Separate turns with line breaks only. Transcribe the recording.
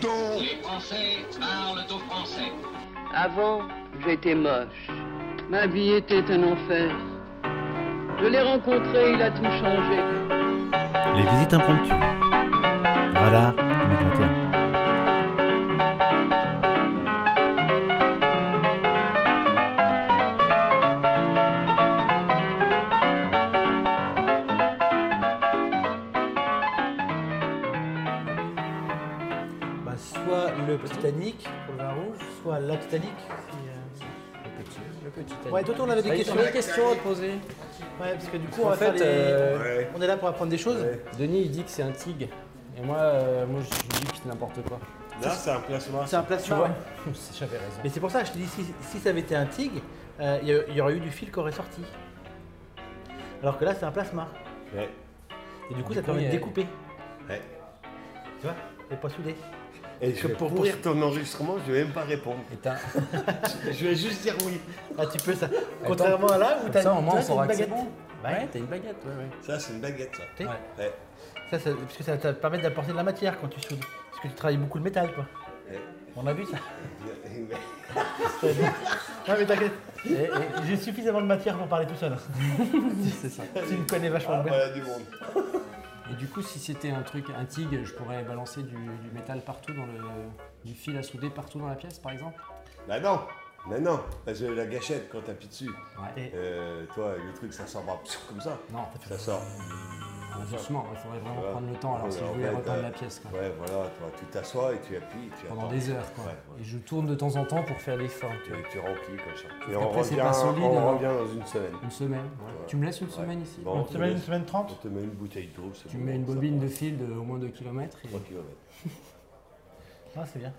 dons.
Les Français parlent aux Français.
Avant, j'étais moche. Ma vie était un enfer. Je l'ai rencontré, il a tout changé.
Les visites impromptues. Radar 2021.
Bah, soit le Titanic pour le vin rouge, soit la Titanic. si,
Le petit
euh, Ouais, Toto, on avait des
Ah, ils
questions.
ont des questions à te poser.
Ouais, parce que du coup,
En
on va faire
fait,
les-
euh,
Ouais.
On est là pour apprendre des choses.
Denis, il dit que c'est un tigre. Et moi, euh, moi je dis que c'est n'importe quoi.
Là, c'est un plasma.
C'est un placement.
C'est- J'avais raison.
Mais c'est pour ça, je te dis, si, si ça avait été un tigre, euh, il y, il y aurait eu du fil qui aurait sorti. Alors que là, c'est un plasma.
Ouais.
Et du coup,
Du
ça
coup,
permet
il y
de
a-
découper.
Ouais.
Tu vois Et pas souder.
Et je vais
pour-
pour pourrir ton enregistrement, je vais même pas répondre.
Et t'as-
Je vais juste dire oui.
Là, Ah, tu peux ça. Contrairement à là où t'as
ça, au moins,
toi,
on
t'as
saura
une
que c'est
baguette.
bon.
Ouais.
Ouais, t'as une baguette. Ouais, ouais.
Ça, c'est une baguette, ça.
T'es-
Ouais.
Ouais.
Ça, ça- parce que ça te permet d'apporter de la matière quand tu soudes. Parce que tu travailles beaucoup le métal, quoi.
Ouais.
On a vu ça.
Ah,
Ouais.
Non, mais t'inquiète. Eh, J'ai suffisamment de matière pour parler tout seul.
C'est ça.
Tu me connais vachement
Ah,
bien.
voilà du monde.
Et du coup, si c'était un truc, un tig, je pourrais balancer du, du métal partout dans le. du fil à souder partout dans la pièce, par exemple.
Bah non. Bah non. Parce que la gâchette, quand t'appuies dessus,
Ouais.
euh, toi, le truc, ça sort pas comme ça.
Non,
Ça sort.
doucement, il faudrait vraiment
Voilà.
prendre le temps. Alors, si je
En
voulais
fait,
repeindre
euh,
la pièce, quoi.
Ouais, voilà. Toi, tu t'assois et tu appuies et tu
Pendant
attends.
des heures, quoi.
Ouais, ouais.
Et je tourne de temps en temps pour faire l'effort. tu
Tu,
vois.
tu remplis comme ça. Et
qu'après,
on
c'est
revient,
pas solide,
on
alors.
revient dans une semaine.
Une semaine. ouais.
Voilà.
Tu me laisses une
Ouais.
semaine ici
Bon, on
Une
te
semaine, une
laisse-
semaine
On
trente.
te met une bouteille d'eau. c'est
Tu
bon,
mets une
ça
bobine
prend
de fil de au moins 2 km. Et...
trois kilomètres.
Ah, c'est bien.